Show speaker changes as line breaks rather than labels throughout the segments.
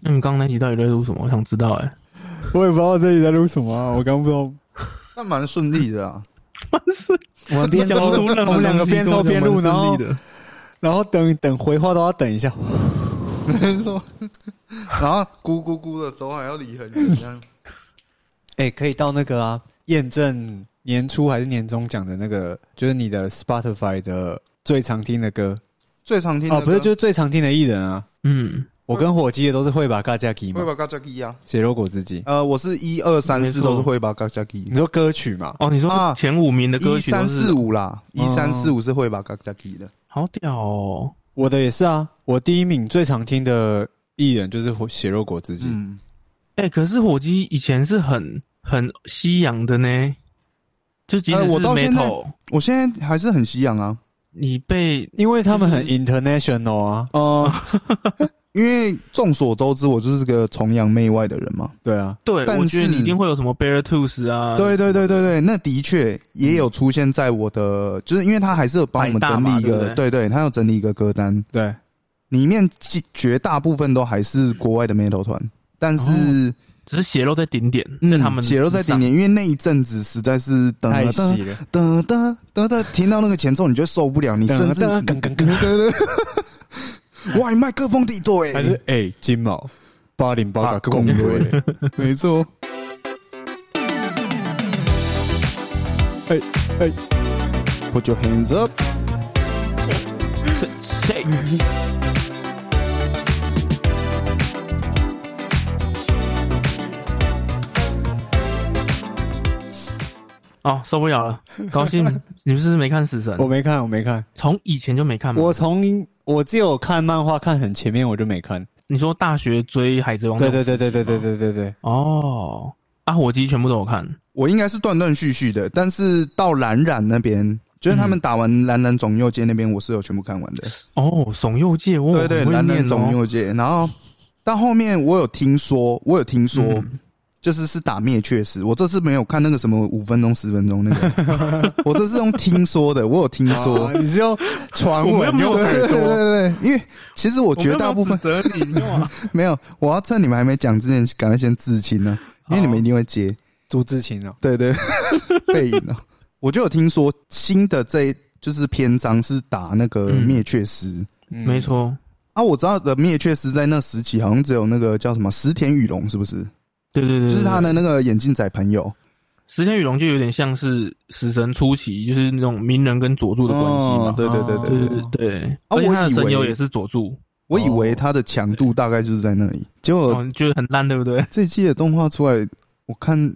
那你刚刚那集到底在录什么？我想知道 哎、
我也不知道这里在录什么、啊，我刚不知道。
那蛮顺利的 啊。
欸，是
我们边
讲
走，
出任何
我们两个
东西
边
都
走
蛮
边录，
顺利
然后
的
然后等等回话都要等一下。
说，然后咕咕咕的时候还要离很远，这样
哎、可以到那个啊，验证年初还是年终讲的那个，就是你的 Spotify 的最常听的歌
最常听的
哦，不是，
歌
就是最常听的艺人啊。
嗯，
我跟火鸡也都是会把嘎加基嘛
会，把嘎加基啊。
血肉果汁机。
呃，我是一二三
没
四
错
都是会把嘎加基
你，说歌曲嘛？
哦，你说
啊
前五名的歌
一
曲都
三
是
四五啦，一三
嗯
四五是哦会把嘎加基的。
好屌哦，
我的也是啊，我第一名最常听的艺人就是火血肉果汁机。
嗯，
哎、可是火鸡以前是很很西洋的呢，就即使
呃
是
我到现在
metal，、
我现在还是很西洋啊。
你被
因为他们很 international 啊，
呃， 因为众所周知，我就是个崇洋媚外的人嘛。
对啊，
对，
但
我觉得
是
你一定会有什么 Bear Tooth 啊，
对对对对对，那的确也有出现在我的，就是因为他还是有帮我们整理
百
一
大嘛
个，
对
对对，他有整理一个歌单，
对，
里面几绝大部分都还是国外的 metal 团，但是
只是血肉在顶点，在
嗯
他们
血肉在
之上
顶点，因为那一阵子实在是等
太
等
细了。
等等等等，听到那个前奏你就受不了，你甚至
噔噔噔噔噔
对对对，哇，你麦克风地对，
还是哎金毛八零八
八
个公
公
对，
没错，
哎哎，
Put your hands up。
谁谁？ 哦，受不了了！高兴， 你们是不是没看《死神
我》？没看，我没看，
从以前就没看吗？
我从我只有看漫画看很前面我就没看。
你说大学追《海贼王》？
对对对对对对对对对，
哦，啊，火鸡全部都有看。
我应该是断断续续的，但是到蓝染那边，就是他们打完蓝染总右界那边，我是有全部看完的。
哦，怂右界，哦我
对对，蓝染总右界，然后到后面我有听说，我有听说，
嗯
就是是打灭确实，我这次没有看那个什么五分钟十分钟那个， 我这是用听说的，我有听说
啊。你是用传
我没有
闻
没有
用
对
耳
对对
朵？
对，对因为其实我绝大部分
责你，
没有，我要趁你们还没讲之前，赶快先自清呢、因为你们一定会接。
朱自清哦，
对对， 背影哦，我就有听说新的这一就是篇章是打那个
嗯
灭雀师、
嗯
没，错，
啊，我知道的灭雀师在那时期好像只有那个叫什么石田雨龙，是不是？
对对对，
就是他
的
的那个眼镜仔朋友
石田羽龙就有点像是死神初期，就是那种鸣人跟佐助的关系嘛
哦。对对对
对
对
对
对，
对对，
啊
而且
我
他的
以为
神游也是佐助，
我以为他的强度大概就是在那里，结果
哦，你觉得很烂对不 对？
这一季的动画出来，我看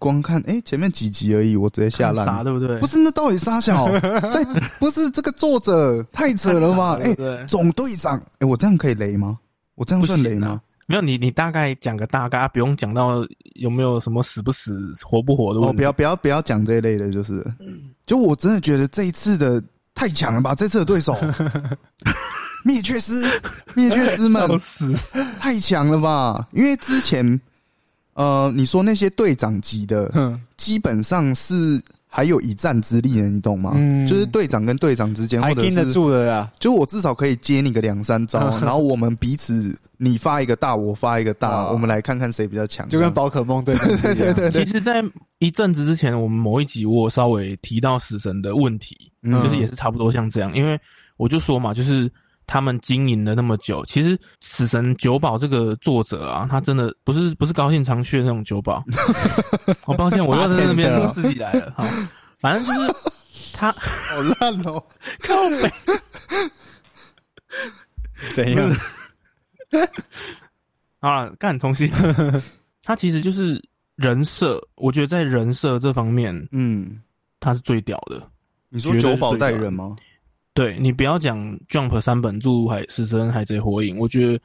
光看哎、前面几集而已，我直接下烂
傻
了。
对不对？
不是那到底沙 小在不是这个作者太扯了吧？
对
哎、
不对，
总队长，哎、我这样可以雷吗？我这样算
不
雷
行啊
吗？
没有你，你大概讲个大概，啊不用讲到有没有什么死不死、活不啊嗯活的问
哦，
题。
不要不要不要讲这一类的，就是，就我真的觉得这一次的太强了吧，这次的 对手，灭雀师，灭雀 师们
笑死！
太强了吧？因为之前，呃，你说那些队长级的，
嗯
基本上是还有一战之力的，你懂吗？
嗯
就是队长跟队长之间，
还
或者
盯得
是
住的啦。
就我至少可以接你个两三招， 然后我们彼此你发一个大，我发一个大，
哦
我们来看看谁比较强，
就跟宝可梦对战是一样
嗯 对
其实，在一阵子之前，我们某一集我有稍微提到死神的问题，
嗯
就是也是差不多像这样，因为我就说嘛，就是他们经营了那么久，其实死神九保这个作者啊，他真的不是不是高兴常去的那种九保，好、抱歉，我又在那边自己来了，好，反正就是他
好烂哦。
靠北
怎
样
样？
啊，干重新， 他其实就是人设，我觉得在人设这方面
嗯，
他是最屌的。
你说
绝对
九
是
保
最
带
高的
人吗？
对你不要讲 Jump 三本柱、海死神、海贼、火影，我觉得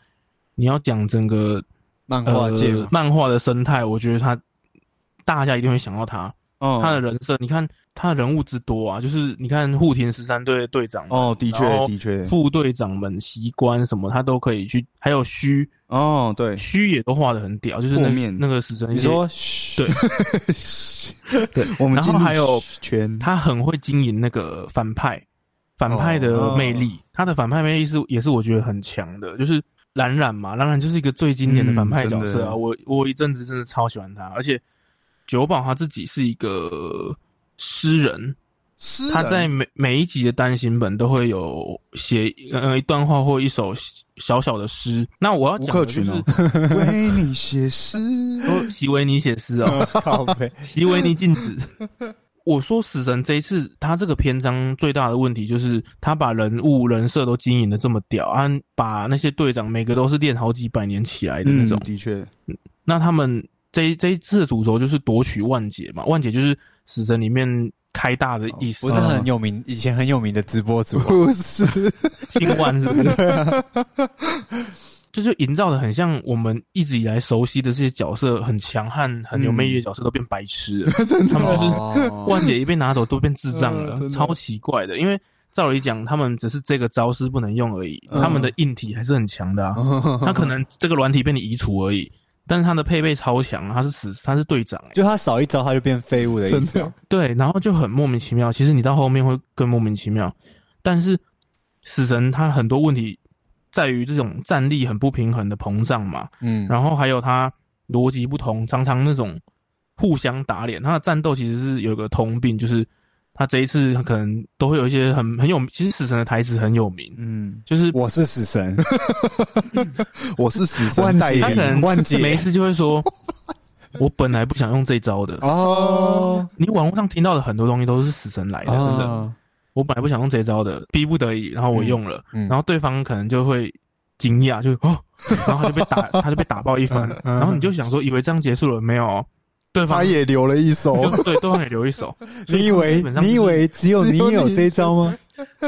你要讲整个
漫画
呃
界嘛，
漫画的生态，我觉得他大家一定会想到他，
嗯
哦
他的人设，你看他的人物之多啊，就是你看户田十三队队长、
哦，的确
然后
的确，
副队长们、习官什么，他都可以去，还有虚
哦对，
虚也都画的很屌，就是
后
那
面
那个死神，
你说
对
我们
然后
进入
还有
圈，
他很会经营那个
哦
反派，反派的魅力，他的反派魅力是也是我觉得很强的，就是冉冉嘛，冉冉就是一个最经典的反派角
嗯真
色啊。
的
我我一阵子真的超喜欢他，而且九保他自己是一个诗人，
诗人
他在每每一集的单行本都会有写呃一段话或一首小小的诗。那我要
吴
讲的
克
就
群
是
哦，为你写诗，
哦席维尼写 诗哦，
靠背，
席维尼禁止。 我说死神这一次他这个篇章最大的问题就是他把人物人设都经营的这么屌，啊，把那些队长每个都是练好几百年起来的那
嗯
种。
的确，
那他们这一这一次的主轴就是夺取万劫嘛，万劫就是死神里面开大的意思，
哦
啊
不是很有名，以前很有名的直 播主啊，
不是
新湾是不 是？
啊
这就营造的很像我们一直以来熟悉的这些角色，很强悍、很有魅力的角色都变白痴 了，他们就是
哦
万劫一被拿走都变智障了，
嗯真的
超奇怪的。因为照理讲，他们只是这个招式不能用而已，
嗯
他们的硬体还是很强的啊。他 可能这个软体被你移除而已，但是他的配备超强，他是死，他是队长、欸，
就他少一招他就变废物的意
真
思
的
啊。
对，然后就很莫名其妙。其实你到后面会更莫名其妙，但是死神他很多问题在于这种战力很不平衡的膨胀嘛，
嗯，
然后还有他逻辑不同，常常那种互相打脸。他的战斗其实是有一个通病，就是他这一次可能都会有一些很很有，其实死神的台词很有名，
嗯，
就是
我是死神，
我是死神
万
代
劫
他可
言
能
万劫
没事就会说，我本来不想用这招的。
哦，
你网络上听到的很多东西都是死神来的，哎真的。
哦，
我本来不想用这招的，逼不得已，然后我用了，
嗯嗯
然后对方可能就会惊讶，就 哦，然后他就被打，他就被打爆一番，
嗯
然后你就想说，以为这样结束了没有哦？对方
他也留了一手，
就是对对方也留一 手，
哦你以为
基本上就是
你以为只有
只
你
有
有
你
这一招吗？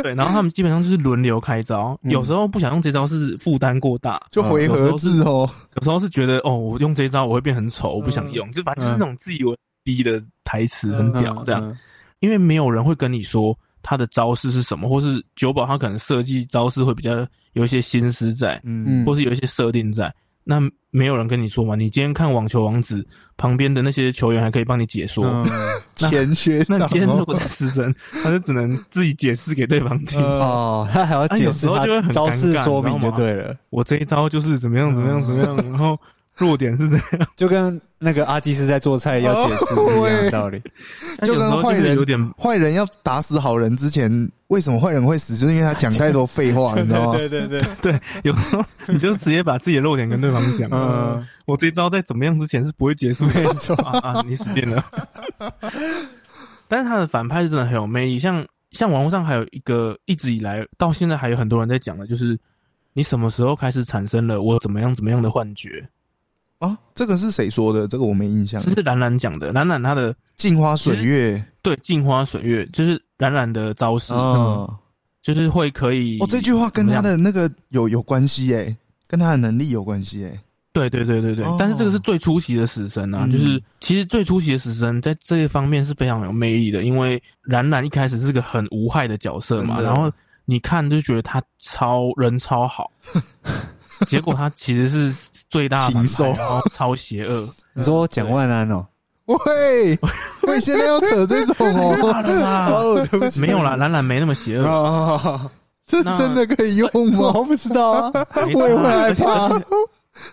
对，然后他们基本上就是轮流开招，
嗯
有时候不想用这招是负担过大，
就回合制哦，
有时候是觉得哦，我用这招我会变很丑，我不想用，就反正就是那种自以为逼的台词很屌这样，
嗯嗯，
因为没有人会跟你说他的招式是什么，或是九保他可能设计招式会比较有一些心思在，
嗯
嗯
或是有一些设定在。那没有人跟你说嘛？你今天看网球王子旁边的那些球员还可以帮你解说，
嗯
钱学
那
长
你今天如果
哦，
在死神， 他就只能自己解释给 对方听。
呃
哦，他还要
啊
解
有
释
时候
他
就会很
招式
尴尬
说
你知
明
道
就
吗
对了，
我这一招就是怎么样怎么样怎么样，
呃
然后弱点是这样，
就跟那个阿基斯在做菜要解释是一样的道理。
就跟
有时候
坏
是
人
有 点
坏人要打死好人之前，为什么坏人会死？就是因为他讲太多废 话，你知道吗？
对对，
对，有时候你就直接把自己的弱点跟对方讲。
呃
嗯，
我这一招在怎么样之前是不会结束的
没错，
啊啊，你死定 了。但是他的反派是真的很有魅力，像像网络上还有一个一直以来到现在还有很多人在讲的，就是你什么时候开始产生了我怎么样怎么样的幻觉？
啊，这个是谁说的？这个我没印象
这。是冉冉讲的，冉冉她的
镜花水月，
对镜花水月就是冉冉的招式，
嗯，
就是会可以
哦，这句话跟他的那个有有关系诶，跟他的能力有关系诶。
对对对对对，
哦
但是这个是最初期的死神啊，
嗯
就是其实最初期的死神在这一方面是非常有魅力的，因为冉冉一开始是个很无害的角色嘛，
真的
然后你看就觉得他超人超好， 结果他其实是最大的反
禽兽
派，然后超邪恶，
你说蒋万安哦，
喂，喂，现在要扯这种 哦，
怕了啦，
哦，对不起，
没有啦，冉冉没那么邪恶，
哦，
这
那
真的可以用吗？
我不知道啊，
没
我也会
差而且
害怕
而且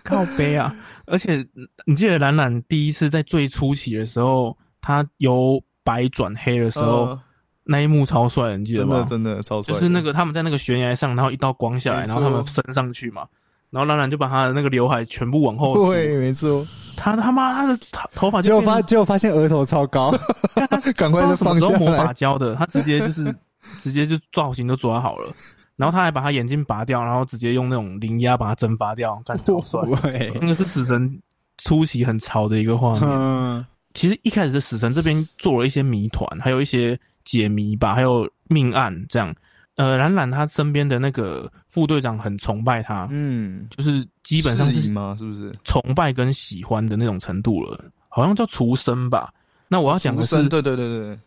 靠背啊！而且你记得冉冉第一次在最初期的时候，她由白转黑的 时候，
呃
那一幕超帅的，你记得
真的
吗？
真的超帅
就
的，
是 那个他们在那个悬崖上，然后一刀光下来，
没
然
错
后他们升上去嘛，然后冉冉就把他的那个刘海全部往后梳，
对，没错，
他他妈他的头头发
结
就
果发结果发现额头超高，
变成他
赶快就
不
放下
知道什么时候魔法
来，
教的，他直接就是直接就造型都抓好了，然后他还把他眼睛拔掉，然后直接用那种灵压把它蒸发掉，干超帅。
喂，
那个是死神初期很潮的一个画 面。
嗯，
其实一开始的死神这边做了一些谜团，还有一些解谜吧，还有命案这样。呃，冉冉她身边的那个副队长很崇拜她，
嗯，
就是基本上
是
是
吗？是不是？
崇拜跟喜欢的那种程度了，好像叫厨生吧。那我要讲的
无
是
声，对对对对，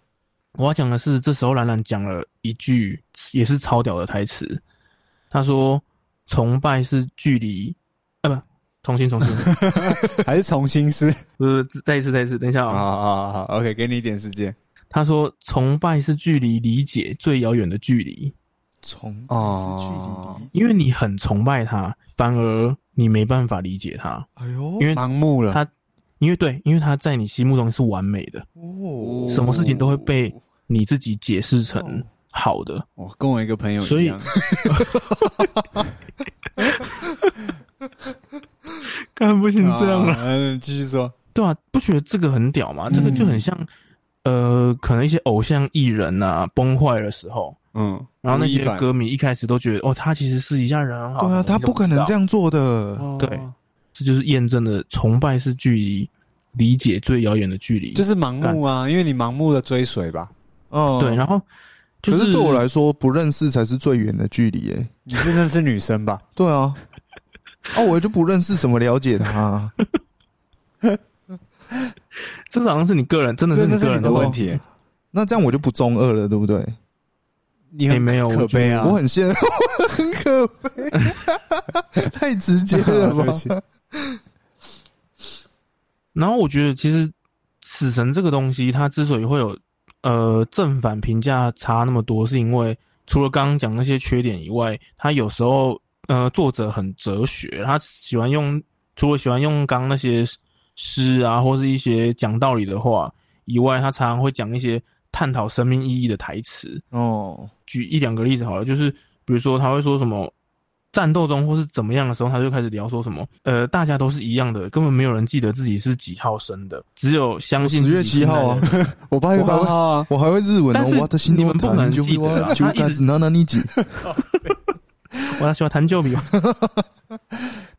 我要讲的是，这时候冉冉讲了一句也是超屌的台词，她说：“崇拜是距离，啊不，重新重新，
还是重新试
不是再一次再一次，等一下
啊
啊、
啊好 o k 给你一点时间。
他说：“崇拜是距离理解最遥远的距离。
从
哦
是距离，
因为你很崇拜他，反而你没办法理解他，
哎呦，
因为
盲目了
他因为对，因为他在你心目中是完美的，
哦
什么事情都会被你自己解释成
哦
好的，
我哦跟我一个朋友
所
一
以
样，啊
干不行这样了，
啊嗯，继续说，
对啊，不觉得这个很屌吗？这个就很
嗯
像，呃，可能一些偶像艺人啊崩坏的时候，
嗯，
然后那些
吴亦凡
歌迷一开始都觉得，哦，他其实私底下人很好，
对啊，他不可能这
样，
样做的，
对
哦
这就是验证了崇拜是距离理解最遥远的距离，
就是盲目啊，因为你盲目的追随吧，
嗯，
对，然后就
可是对我来说，不认识才是最远的距离，哎，
你真的是女生 吧？
对 啊，啊，我就不认识，怎么了解他？
这个好像是你个人，真的是
这
你
这
个
是
人
你的
问
问
题。
题，
那这样我就不中二了，对不对？
你
哎
很
没有
可
我觉得
悲啊，
我很羡， 我很可悲， 太直接
啊
了
对不？
吧
起
然后我觉得其实死神这个东西，它之所以会有呃正反评价差那么多，是因为除了刚刚讲那些缺点以外，它有时候呃作者很哲学，他喜欢用除了喜欢用刚刚那些诗啊，或是一些讲道理的话以外，他常常会讲一些探讨生命意义的台词。
哦，
举一两个例子好了，就是比如说他会说什么战斗中或是怎么样的时候，他就开始聊说什么呃，大家都是一样的，根本没有人记得自己是几号生的，只有相信
十月
自己
七号啊
现在的人，
我八月八号啊，
我还会日文
但是
哦，我的心
你们不可能
就
记得啊
就
他一直
开始那那你几
我他喜欢谈旧比，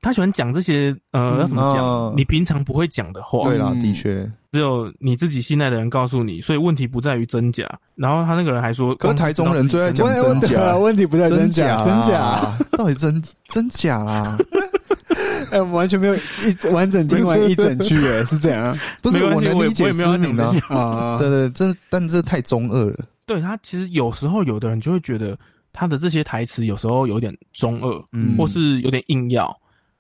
他喜欢讲这些呃，要怎么讲？
嗯
你平常不会讲的话，
对啦，
嗯
的确。
只有你自己信赖的人告诉你，所以问题不在于真假。然后他那个人还说，
可是台中人最爱讲
我也
真假
对啊 问题不在真假，真假，
啦，到底真真假啦？
哎，我完全没有一完整听 完一整句，哎，是这 样啊
不 是
没关系
能
我也
理
我
解
也没有要
思
讲
明啊
这，
啊
对，对，这但这太中二了。
对他其实有时候有的人就会觉得他的这些台词有时候有点中二，
嗯
或是有点硬要。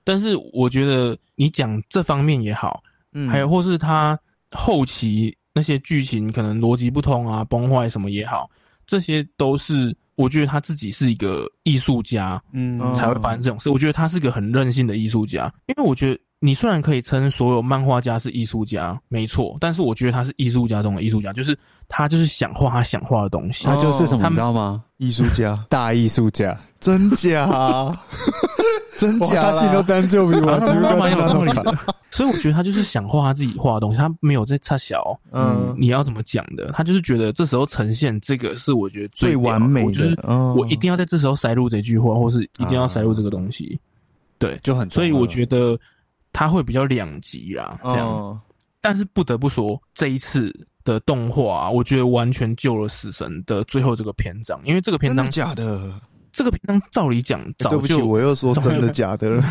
但是我觉得你讲这方面也好，
嗯
还有或是他后期那些剧情可能逻辑不通啊、崩坏什么也好，这些都是我觉得他自己是一个艺术家
嗯
嗯
才会发生这种事。我觉得他是个很任性的艺术家，因为我觉得你虽然可以称所有漫画家是艺术家，没错，但是我觉得他是艺术家中的艺术家，就是他就是想画他想画的东西
他。就是什
他
么，
们
你知道吗？
艺术家，
大艺术家，
真 假啊，真
哇，
假
他心都
啦，
单就比
他
我主
他蛮
管
有
都
道理的，所以我觉得他就是想画他自己画的东西，他没有在插小哦
嗯，
你要怎么讲的，他就是觉得这时候呈现这个是我觉得
最
屌的
完美
我就是
的，嗯啊
我一定要在这时候塞入这句话，或是一定要塞入这个东西，
就很，
所以我觉得他会比较两极啦，这样。
哦
嗯
但是不得不说，这一次的动画啊、我觉得完全救了死神的最后这个篇章，因为这个篇
真
章，
的假的？
这个篇章照理讲早
对不起，
就
我又说真的假的 了。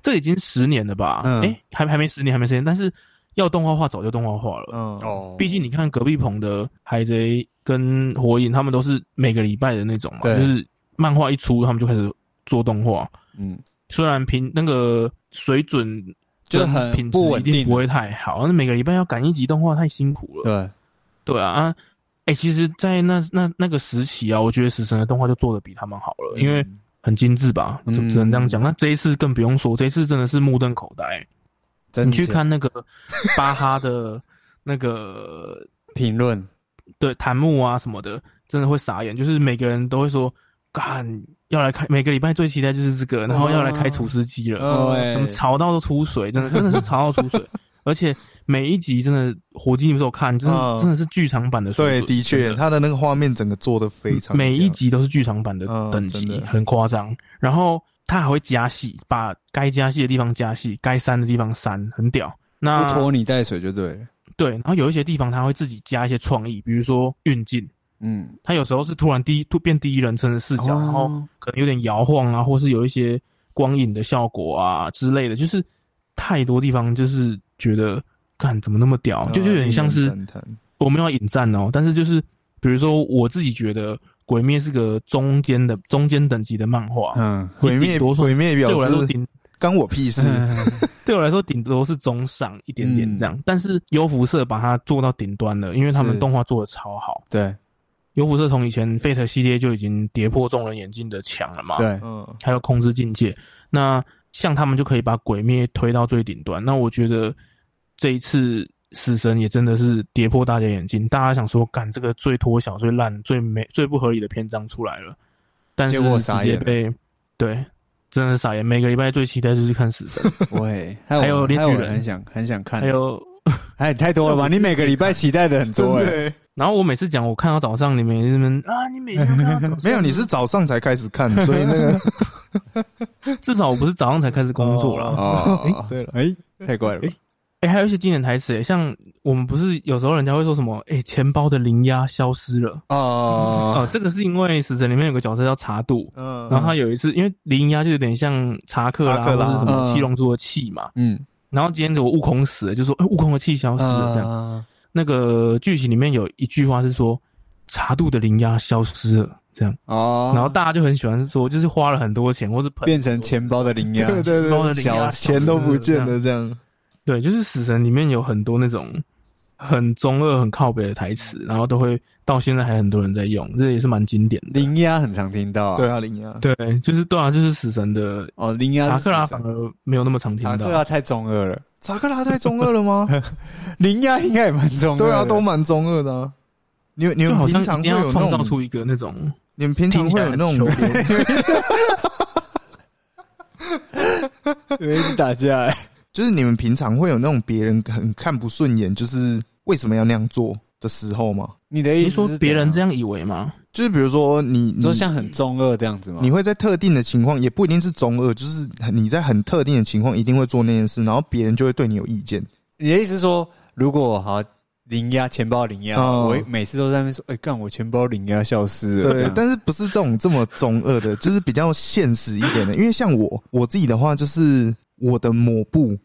这已经十年了吧？
嗯
哎、还还没十年，还没十年，但是要动画化早就动画化了。
嗯，
哦
毕竟你看隔壁棚的海贼跟火影，他们都是每个礼拜的那种嘛，
对
就是漫画一出，他们就开始做动画。
嗯，
虽然平那个水准
就
跟
很
品质
不
一
稳
定
定
不，会太好，但是每个礼拜要赶一集动画太辛苦了。
对，
对啊，啊，哎、其实，在那那那个时期啊，我觉得死神的动画就做的比他们好了，因为很精致吧，只
嗯
只能这样讲。那这一次更不用说，这一次真的是目瞪口呆。
真
你去
假
看那 个巴哈的那个
评论，
对弹幕啊什么的，真的会傻眼。就是每个人都会说，干要来开，每个礼拜最期待就是这个，然后要来开厨师机了，
哦哎
怎么吵到都出水，真的真的是吵到出 水，而且每一集真的火鸡，你不是有看，真的
嗯
真的是剧场版的水
对，
准，
的确，
真
他的那个画面整个做的非常
每一
亮
集都是剧场版的
嗯
等级
真，的
很夸张。然后他还会加戏，把该加戏的地方加戏，该删的地方删，很屌。那
不拖泥带水就对了，
对，然后有一些地方他会自己加一些创意，比如说运镜，
嗯，
他有时候是突然第一突变第一人称的视角，然后
哦
可能有点摇晃啊，或是有一些光影的效果啊之类的，就是太多地方就是觉得，看怎么那么屌，
哦
就就有点像
令
是
嗯人赞叹
我没有要引战哦，但是就是比如说我自己觉得《鬼灭》是个中间的中间等级的漫画，
嗯，
毁灭，
多说
毁灭表
对我来嗯说
示
顶
干我屁事。
对我来说顶多是中上一点点这样，但是优辐社把它做到顶端了，因为他们
是
动画做的超好。
对，
有辐射从以前 Fate 系列就已经跌破众人眼镜的墙了嘛，，
对，
嗯，
还有控制境界。那像他们就可以把鬼灭推到最顶端。那我觉得这一次死神也真的是跌破大家眼镜，大家想说，干这个最脱小、最烂、最没、最不合理的篇章出来了，但是
结果
直
傻
接
眼
被对，真的傻眼。每个礼拜最期待就是看死 神，
喂，
还有
我
炼
还有
巨
我
人
很想很想看，
还有
哎，太多了吧？你每个礼拜期待的 很多哎、
欸
对，
然后我每次讲，我看到早上你们你们啊，你每天都看到早上
没有，你是早上才开始 看，所以那个
至少我不是早上才开始工作啦。哎、
哦，
对了，
哎、太怪了吧，
还有一些经典台词、诶像我们不是有时候人家会说什么，哎、钱包的零压消失了。
哦，
哦、这个是因为《死神》里面有个角色叫茶渡，
嗯，
然后他有一次，因为零压就有点像查克拉
查克拉
或是什么
嗯
七龙珠的气嘛。
嗯，
然后今天我悟空死了，就说，哎、悟空的气消失
呃
了，这样。
样，
那个剧情里面有一句话是说，茶渡的零压消失了，这样。
哦，
然后大家就很喜欢说，就是花了很多钱或是朋友
变成钱包的零压，
对对
包的
对，
零
小
压小
钱都
事
不见
这
了，这样，
对，就是《死神》里面有很多那种很中二、很靠北的台词，然后都会到现在还很多人在用，这也是蛮经典的。
零压很常听到、啊，
对，啊，零压，
对，就是对啊，就是《死神》的
哦，零压
查
是
克拉
死
反
神
而没有那么常听
查克
到。
拉太中二了，
查克拉太中二 了吗？
啊
零压应该也蛮中二的，
对啊，都蛮中二的啊。你你
就
们
好
平
像
常
一
会
定要
有那
创造
种，
出一个那种，
你们平常会有那种
听起来
有一直打架、哎
就是你们平常会有那种别人很看不顺眼，就是为什么要那样做的时候吗？
你的意
你
思
说
是
别
啊
人
怎
这样以为 吗？
就是比如说你，
你
你
说像很中二这样子吗？
你会在特定的情况，也不一定是中二，就是你在很特定的情况一定会做那件事，然后别人就会对你有意见。
你的意思是说，如果好零压钱包零压，
哦
我每次都在那边说，哎、干我钱包零压消失了，这
对
样，
但是不是这种这么中二的，就是比较现实一点的。因为像我我自己的话，就是我的抹布，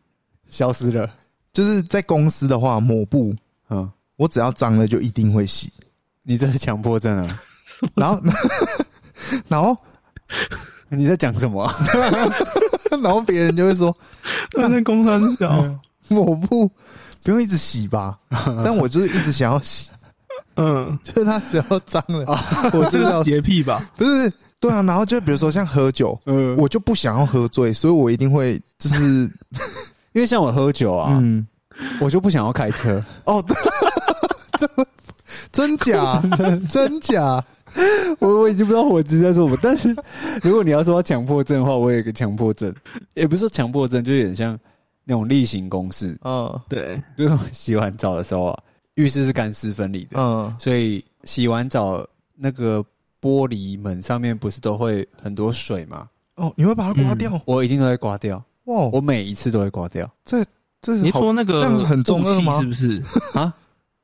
消失了，
就是在公司的话，抹布
嗯，
我只要脏了就一定会洗。
你这是强迫症啊！
然后， 然后，
你在讲什么、啊？
然后别人就会说
他在公山
啊
小，
抹布不用一直洗吧，但我就是一直想要洗，
嗯，
就是它只要脏了，我
这
就
个
要
是
洗。
洁癖吧？
不是对啊，然后就比如说像喝酒，
嗯，
我就不想要喝醉，所以我一定会就是
因为像我喝酒啊，
嗯
我就不想要开车，
哦， 真真 假真假，
我我已经不知道我自己在说什么。但 是如果你要说强迫症的话，我有一个强迫症，也不是说强迫症，就有点像那种例行公事，
嗯
对，
就是我洗完澡的时候啊，浴室是干湿分离的，
嗯
所以洗完澡那个玻璃门上面不是都会很多水吗？
哦，你会把它刮掉
嗯
我一定都会刮掉，
哇？
我每一次都会刮掉。
这
你
好
说那个
这样子很中二吗
雾气是不 是？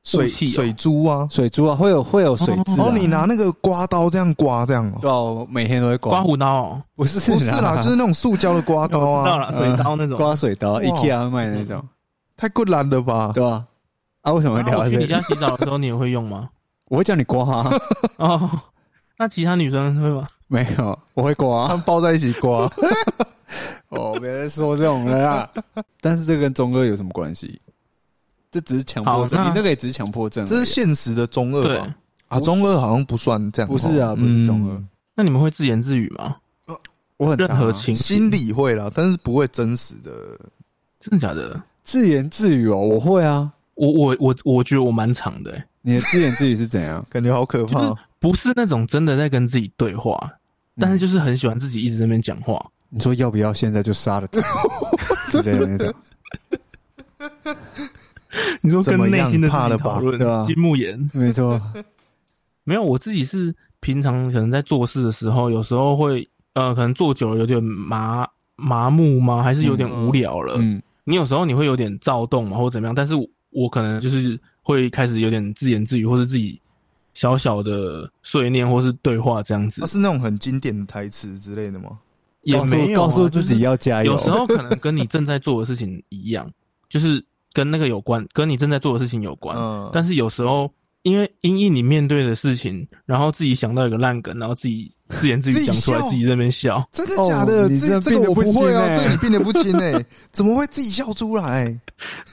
水
雾气哦
水珠啊，
水珠啊，会有会有水
然
渍、啊。
后你拿那个刮刀这样刮这样哦，
对啊，我每天都会刮
刮胡刀哦，
不是
不是啦，就是那种塑胶的刮刀
我知道
啊，
了，水刀那种。
刮水刀
哇
，IKEA 会卖的那种，
太good 懒 了吧？
对吧？啊，为什么会
然后
聊
嗯我去
这
你
个？
家洗澡的时候，你也会用吗？
我会叫你刮、 啊，
哦，那其他女生会吗？
没有，我会刮、
他
啊。
们抱在一起 刮，
哦，别再说这种了啦。 但是这跟中二有什么关系？这只是强迫症，
好那
你那个也只是强迫症而已啊。
这是现实的中二
对
吧？，啊，中二好像不算这样哦，
不是啊不是中二
嗯
那你们会自言自语吗？
我很常
任
啊、
何情
心
理
理会啦，但是不会真实的。？
真的假的？
自言自语哦，我会啊。
我我我我觉得我蛮长的、欸，
你的自言自语是怎样
感觉好可
就
怕
是
哦。
不是那种真的在跟自己对话，
嗯
但是就是很喜欢自己一直在那边讲话。
嗯 你说要不要现在就杀了他之类的那种，
你说跟内心的
怎么样怕
自己讨
了吧啊
论
对吧
金木研
没错。
没有，我自己是平常可能在做事的时候，有时候会呃，可能做久了有点麻麻木吗？还是有点
嗯
无聊了？
嗯，
你有时候你会有点躁动嘛，或者怎么样，但是我我可能就是会开始有点自言自语，或是自己小小的碎念，或是对话这样子
那，是那种很经典的台词之类的吗？
也
哦告
没
诉
有啊、
告诉自己
就是
要加油。
有时候可能跟你正在做的事情一样，就是跟那个有关，跟你正在做的事情有关，
嗯，
但是有时候因为因应你面对的事情，然后自己想到一个烂梗，然后自己自言自语
自己
讲出来，
笑
自己在那边笑。
真的
哦
假的？
你
这
这
这个我
病得不
不会
轻
啊，
欸
这个你病得不轻哎、怎么会自己笑出来？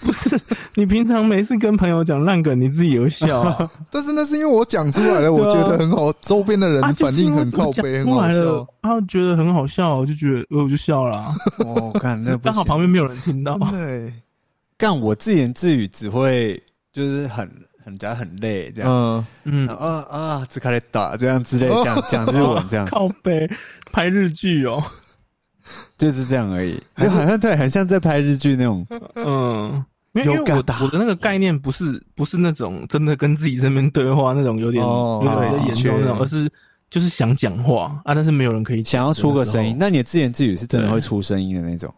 不是，你平常没事跟朋友讲烂梗，你自己也会笑啊。
但是那是因为我讲出来了，我
对啊
觉得很好，周边的人
啊
反应很靠
就是因为
背，
我讲
很
出
好
来
笑
了。，他觉得很好笑，我就觉得我就笑了 啊。
哦，看那不
刚好旁
行。
边没有人听到
真，的欸，
干我自言自语只会就是很很假很累这样。
嗯，
嗯，
啊啊，只开始打这样之类，讲讲日文 这样，
靠背拍日剧 哦，
就是这样而 已，就好像在很像在拍日剧那种。
嗯。因为因为我
有感打
我的那个概念不是不是那种真的跟自己这边对话那种有点、
哦
有点
对
比较严重的那
的
种，
确
而是就是想讲话啊，但是没有人可以讲
想要出个声音，
有
那你的自言自语是真的
对
会出声音的那种，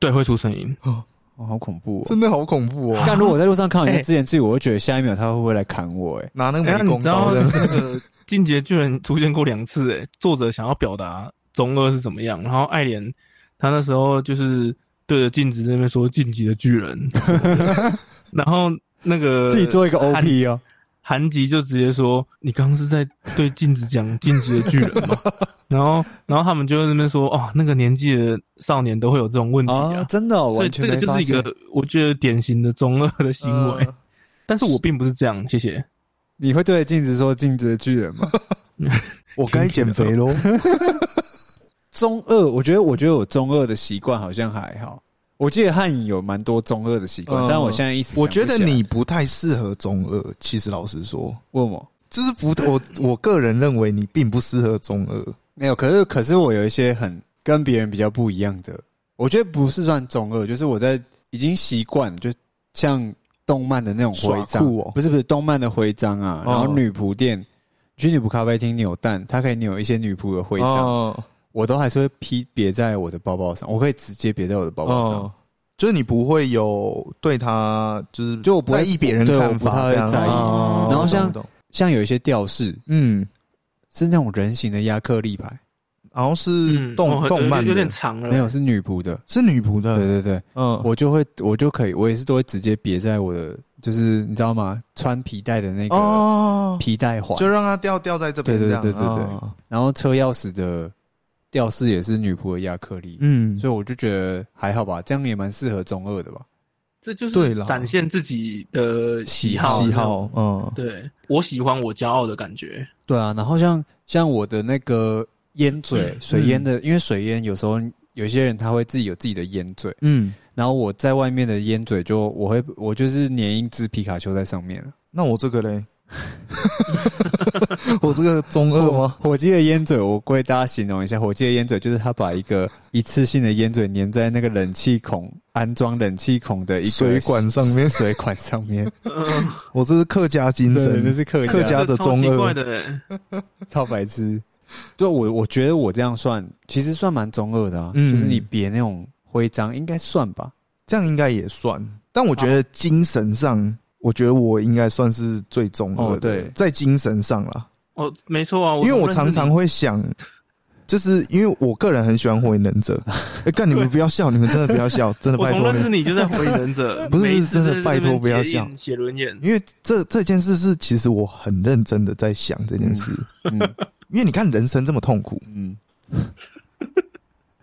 对会出声音，
哦，好恐怖哦！
真的好恐怖哦！
但如果我在路上看到你 的
哎
自言自语，我会觉得下一秒他会不会来砍我？哎，
拿那个
哎、
美
你
工
知道
刀的，
那个《进阶巨人》出现过两次、哎，作者想要表达中二是怎么样，然后爱莲他那时候就是对着镜子那边说“晋级的巨人”， 然后那个
自己做一个 OP 哦，
韩吉就直接说：“你刚刚是在对镜子讲晋级的巨人吗？” 然后，然后他们就在那边说：“哦，那个年纪的少年都会有这种问题啊。
啊，真的哦，
所以
完全
这个
没
就
发
是一
现
个我觉得典型的中二的行为，
呃
但是我并不是这样，谢谢。
你会对着镜子说“镜子的巨人”吗？
我该减肥喽。
中二，我觉得，我觉得我中二的习惯好像还好。我记得汉影有蛮多中二的习惯，
嗯
但我现在一时想
我
不起
觉
来
得你不太适合中二，其实老实说，
问我
就是不，我我个人认为你并不适合中二。
没有，可是可是我有一些很跟别人比较不一样的，我觉得不是算中二，就是我在已经习惯，就像动漫的那种徽
耍
章，
酷哦
不是不是动漫的徽章啊，
哦
然后女仆店。去女仆咖啡厅扭蛋，它可以扭一些女仆的徽章，
哦
我都还是会披别在我的包包上，我可以直接别在我的包包上。
哦，就是你不会有对他，就是
就我不会
在意别人
对我
看
不太
法，
会
这样
在意
哦
然后像
懂懂
像有一些吊饰
嗯，
是那种人形的亚克力牌，
然后是
哦
动
很
动漫
有有点
的
长了，
没有是女仆的，
是女仆
对
的，
对对，
嗯，
我就会我就可以，我也是都会直接别在我的，就是你知道吗？穿皮带的那个
哦，
皮带环，
就让它掉掉在这边，
对对
这样
对对对
哦
然后车钥匙的吊饰也是女仆的亚克力，
嗯，
所以我就觉得还好吧，这样也蛮适合中二的吧。
这就是
对啦
展现自己的喜好。
喜好，嗯，
对我喜欢我骄傲的感 觉。
对啊，然后像像我的那个烟嘴
嗯
水烟的，因为水烟有时候有些人他会自己有自己的烟嘴，
嗯，
然后我在外面的烟嘴就我会我就是粘一只皮卡丘在上面了。
那我这个 嘞，我这个中二吗？
火鸡的烟嘴，我为大家形容一下，火鸡的烟嘴就是他把一个一次性的烟嘴粘在那个冷气孔安装冷气孔的一个
水管上 面
水管上 面。
我这是客家精
对，那
神，
是客
嗯客
家
家
这
的
超奇
中二
怪的欸，
超白痴。对我，我觉得我这样算，其实算蛮中二的啊。
嗯
就是你别那种徽章，应该算吧。
这样应该也算。但我觉得精神上，我觉得我应该算是最中
哦
二的
对，
在精神上啦，
哦，没错啊，
因为我常
认识你
常会想。就是因为我个人很喜欢火影忍 者，哎，干你们不要笑，你们真的不要笑，真的
我
拜
从
托你
认识
们，
你就在火影忍者，
不是
每一次
真
都
的
在那边
拜托不要
接应
笑
写轮眼，
因为这这件事是其实我很认真的在想这件事，
嗯
因为你看人生这么痛苦，
嗯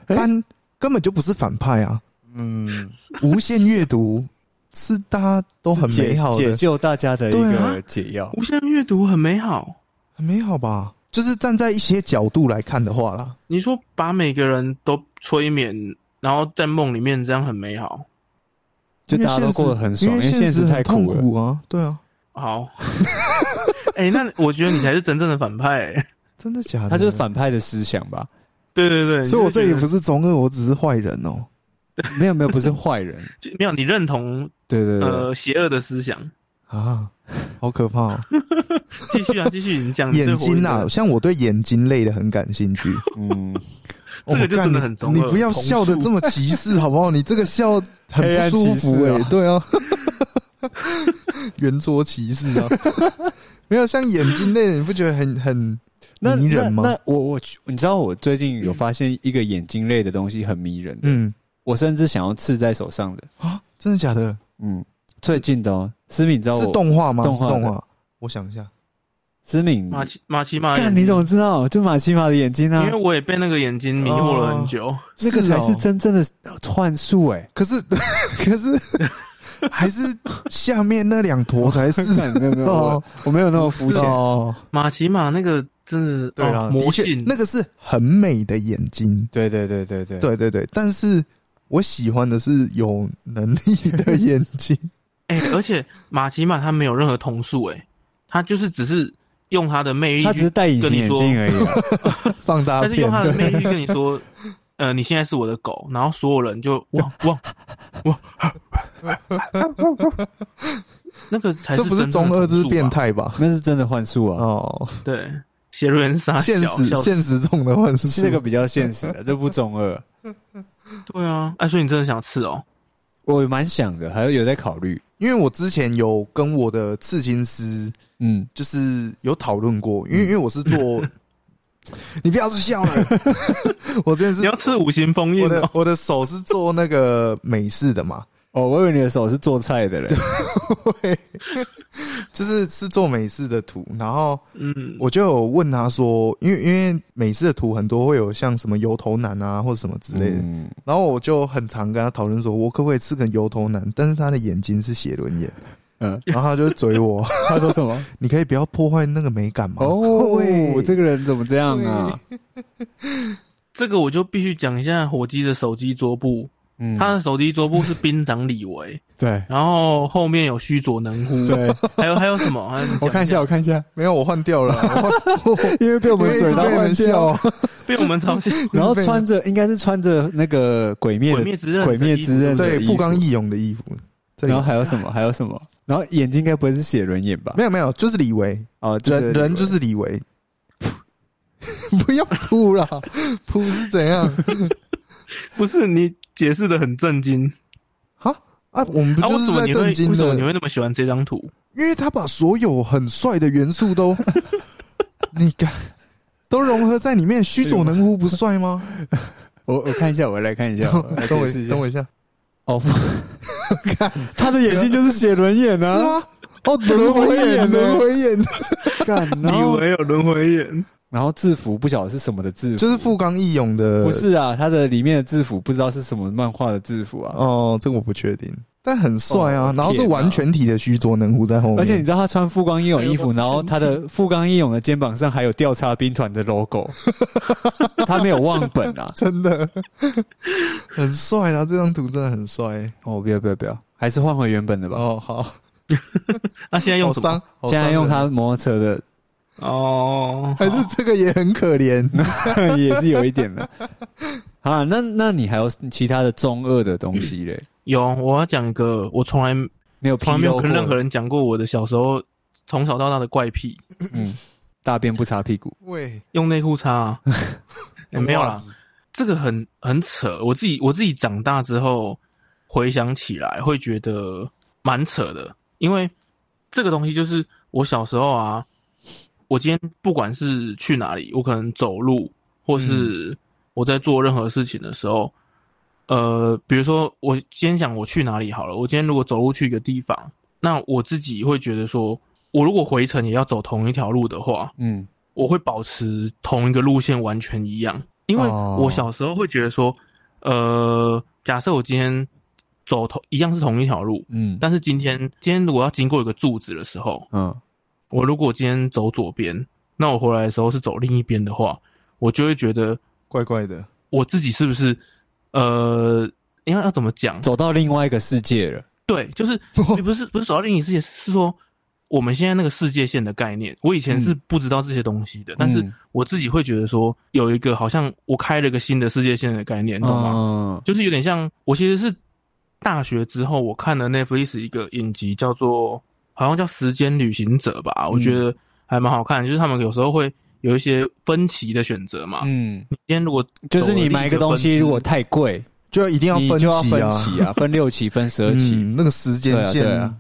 哎
班根本就不是反派啊，
嗯，
无限阅读是大家都很美好
解
的
解，救大家的一
对啊
个解药。
无限阅读很美好。
很美好吧？就是站在一些角度来看的话啦，
你说把每个人都催眠，然后在梦里面，这样很美好。
就大家都过得很爽，
因
因
为
为现
实
实太
很痛
苦了。
苦啊，对啊，
好， 哎、那我觉得你才是真正的反派、欸。
真的假的？
他就是，反派的思想吧？
对对对，
所以我这里不
是
是中二，我只是坏人哦、
没有没有，不是坏人。
没有你认同
对对对，
呃邪恶的思想。
啊，好可 怕、哦！
继续啊， 继续，你讲
眼睛
呐、
啊，像我对眼睛类的很感兴 趣。
嗯，
这个就
哦
真的
干
很中二
你，你不要笑的这么歧视好不好？你这个笑很
黑
不
暗
舒
歧视
服哎、
啊
对啊， 圆桌歧视啊， 没有像眼睛类的，你不觉得很很
那
迷人吗
那那我我你知道我最近有发现一个眼睛类的东西很迷人的，
嗯
我甚至想要刺在手上的。
啊？真的假的？
嗯，最近的哦，思敏，你知道
是
我
动画吗？
动
是
画的
动画我想一下，
思敏，
马奇马奇马的眼
干
睛，
你怎么知道？就马奇马的眼睛啊
因为，我也被那个眼睛迷惑了很久。
那个才
哦
是真正的幻术 哎、
可是 可是还是下面那两坨才 是
没有没有，我
哦
我没有那么肤浅。
哦。
马奇马那个真的是
对
哦
了，
魔
的确
性
那个是很美的眼睛，
对对对对对，
对对对，但是我喜欢的是有能力的眼 睛，
哎、而且马奇马他没有任何瞳术哎、他就是只是用他的魅力
他只
去
是，戴隐形眼镜而已啊、
放大
但是用
片
他的
对
魅力去跟你说， 呃，你现在是我的狗，然后所有人就哇哇哇，那个才
这不是
真正
中
的啊
二，这
瞳术
是
吧
变态吧？
那是真的幻术啊，
哦，
对。邪人杀啊小
现实
笑死
现实中的幻是
是这个比较现实的，这不中二。
对啊，哎、所以你真的想吃哦？
我蛮想的，还有在考虑。
因为我之前有跟我的刺青师
嗯，
就是有讨论过，
嗯
因为因为我是 做，你不要是笑了，我真的
你
是
要吃五行封印
我
哦
的？我的手是做那个美式的嘛，
哦，我以为你的手是做菜的嘞。
就是是做美式的图，然后
嗯，
我就有问他说，因为因为美式的图很多会有像什么油头男啊或者什么之类的，
嗯，
然后我就很常跟他讨论说，我可不可以吃个油头男？但是他的眼睛是写轮眼，
嗯
然后他就嘴我，
他说什 么？
你可以不要破坏那个美感吗？
哦
喂，
这个人怎么这样啊？
这个我就必须讲一下火鸡的手机桌布，
嗯，
他的手机桌布是兵长李维，
对
然后后面有须佐能乎，
对，
还有还有什么？还有你讲
我看一下，我看一下，
没有，我换掉了，我换我
因为被我们
一直
嘴到
被
乱
人笑
掉，，
被我们嘲笑。
然后穿着应该是穿着那个鬼灭
鬼
的
灭之刃，
鬼灭之刃
对
的衣服
富冈义勇的衣服，这里
然后还有什么？还有什么？然后眼睛该不会是写轮眼吧？
啊没有没有，就是李维，
哦，这
人
个
人就是李维，不要扑啦， 扑是怎样？
不是你解释的很震惊，
哈啊，我们不
啊，
就
为什
是
么
在
你会
震惊
为什么
的
你？会那么喜欢这张图？
因为他把所有很帅的元 素都，你看都融合在里面，须佐能乎不帅吗？
我我看一下，我来看一 下，我来
等我
解释一下
等。我一下，
哦， 他的眼睛就是写轮眼
是
啊，
吗？哦，轮回
轮回眼
眼，
呢
轮回眼，
干，然
李
后
维有轮回眼，
然后制服不晓得是什么的制服，
就是富冈义勇的，
不是啊？他的里面的制服不知道是什么漫画的制服啊。
哦，这个我不确定，但很帅
哦
啊。然后是
天啊
完全体的须佐能乎在后面，
而且你知道他穿富冈义勇衣
哎
服，
呦
然后他的富冈义勇的肩膀上还有调查兵团的 logo，他没有忘本啊！
真的很帅啊，这张图真的很帅。
哦，不要不要不要，还是换回原本的吧。
哦，好，
那啊现在用
好
什么？
伤，好
现在
伤
用
人
他摩托车的
哦，
还是这个也很可怜。
哦也是有一点 的。啊，那那你还有其他的中二的东西嘞？
有，我要讲一个我从来
没有披
从来没有
露过
跟任何
的，
人讲过我的小时候从小到大的怪癖，
嗯，大便不擦屁股，
喂，
用内裤擦、 啊哎
啊
没有
袜
啦
子，，
这个很很扯。我自己我自己长大之后回想起来，会觉得蛮扯的，因为这个东西就是我小时候啊，我今天不管是去哪里，我可能走路，或
嗯
是我在做任何事情的时候，呃，比如说我今天想我去哪里好了，我今天如果走路去一个地方，那我自己会觉得说，我如果回程也要走同一条路的话，
嗯，
我会保持同一个路线完全一样，因为
哦
我小时候会觉得说，呃，假设我今天走同一样是同一条路，
嗯
但是今天今天如果要经过一个柱子的时候，
嗯，
我如果今天走左边，那我回来的时候是走另一边的话，我就会觉得
怪怪的。
我自己是不是呃，应该要怎么讲？
走到另外一个世界了。
对，就是不是不是走到另一个世界，是说我们现在那个世界线的概念，我以前是不知道这些东西的，但是
嗯
我自己会觉得说，有一个好像我开了个新的世界线的概念，你懂吗？
嗯
就是有点像我其实是大学之后，我看了 Netflix 一个影集，叫做好像叫《时间旅行者》吧，我
嗯
觉得还蛮好看。就是他们有时候会有一些分歧的选择嘛。
嗯，
你今天如果
就是你买一个东西如果太贵，
就一定要
你
分
就要
期
分
啊，
期 啊，分六期，分十二期。
嗯，那个时
对
间
啊
线
对啊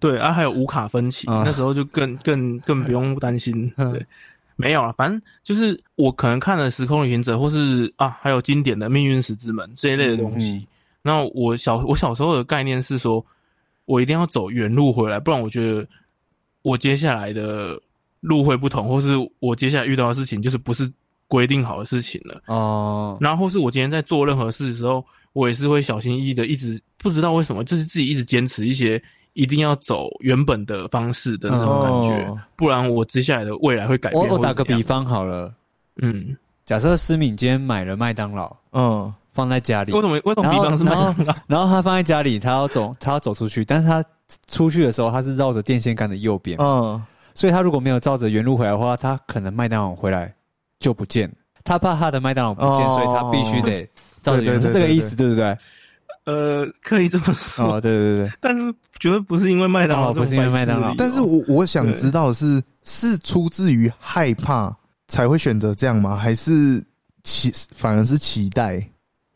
对啊，还有无卡分歧，
啊哎
那时候就更更更不用担心。
嗯
对，没有了，反正就是我可能看了《时空旅行者》，或是啊，还有经典的《命运石之门》这一类的东
嗯嗯
西。那我小我小时候的概念是说，我一定要走原路回来，不然我觉得我接下来的路会不同，或是我接下来遇到的事情就是不是规定好的事情了。
哦，
然后或是我今天在做任何事的时候，我也是会小心翼翼的，一直不知道为什么，就是自己一直坚持一些一定要走原本的方式的那种感觉，
哦
不然我接下来的未来会改变。
我我打个比
方，
方好了，
嗯，
假设思敏今天买了麦当劳
嗯，
放在家里
为，什么为什么比方是麦当劳？
然后他放在家里，他要走，他要走出去，但是他出去的时候他是绕着电线杆的右边，
嗯，
所以他如果没有照着原路回来的话，他可能麦当劳回来就不见了。他怕他的麦当劳不见，
哦
所以他必须得照着原路，
对对对
是这个意思对不对？
呃，可以这么说，
哦，对对对，
但是绝对不是因为麦当劳、
哦不是因为麦当劳
但是我我想知道的是是出自于害怕才会选择这样吗？还是期反而是期待？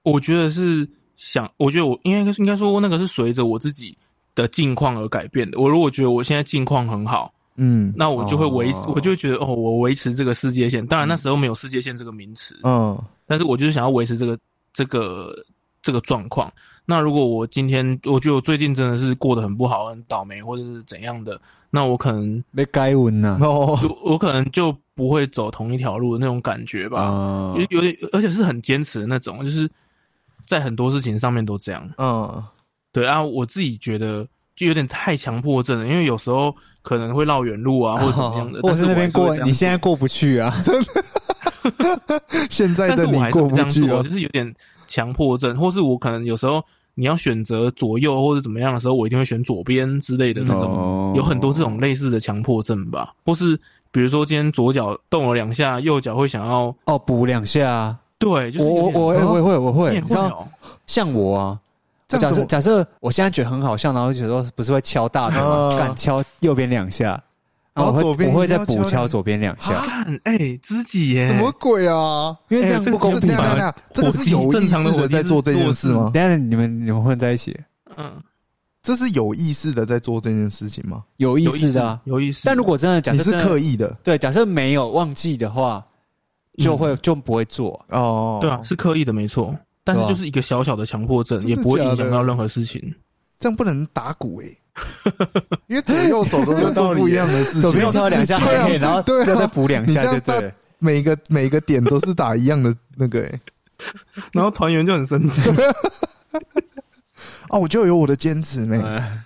我觉得是想，我觉得我应该应该说那个是随着我自己的境况而改变的。我如果觉得我现在境况很好，
嗯
那我就会维持，
哦嗯
我就会觉得哦，我维持这个世界线。当然那时候没有世界线这个名词，
哦
嗯
但是我就是想要维持这个这个这个状况。那如果我今天我觉得我最近真的是过得很不好，很倒霉，或者是怎样的，那我可能
被该文呐，
哦
就我可能就不会走同一条路的那种感觉吧。
啊
有有点，而且是很坚持的那种，就是在很多事情上面都这样。
嗯
对啊，我自己觉得就有点太强迫症了，因为有时候可能会绕远路啊，或者怎么 样的。
哦或者是那边过，你现
在
在过不去啊，
现在
但
的
是
你
我还是
过
会这
不
样
去
做，
啊
就，是有点强迫症，或是我可能有时候你要选择左右或者怎么样的时候，我一定会选左边之类的那种。
哦
有很多这种类似的强迫症吧，或是比如说今天左脚动了两下，右脚会想要
哦，补两下啊。
对，就是
我我
有点
我
哦
我也会我
你
会，
也
你
会
知道，
哦，
像我啊，
这
假
样
设
子
假设我现在觉得很好笑，然后有时候不是会敲大腿吗？
嗯
干敲右边两下，然后
然后
我
左
会
边
我会再
一定
补
要敲啊
敲
两
左边两下，
看哎，知己耶，
什么鬼啊？
因为这样
哎这
不公
这
平
这
嘛
样。
那这个是有意识的在做这件事吗？
等一下你们你们混在一起，
嗯，
这是有意识的在做这件事情吗？
有意
有
思的啊。
有意思。
但如果真的假
你
设
是
真的
刻意的
对，假设没有忘记的话，就会、就不会做。
哦，
对啊，是刻意的没错，但
啊
是就是一个小小的强迫症，
真的
也不会影
假
响
的
到任何事情。
这样不能打 鼓诶，因为左右手都在做
啊
不一
啊
样的事情，
左边敲两下
对啊
嘿嘿然后
对啊
又再补两
你
下，
这样
对对
大
了。
每个每个点都是打一样的那个欸 诶。
然后团员就很生 气。
啊，我就有我的坚持没。
嗯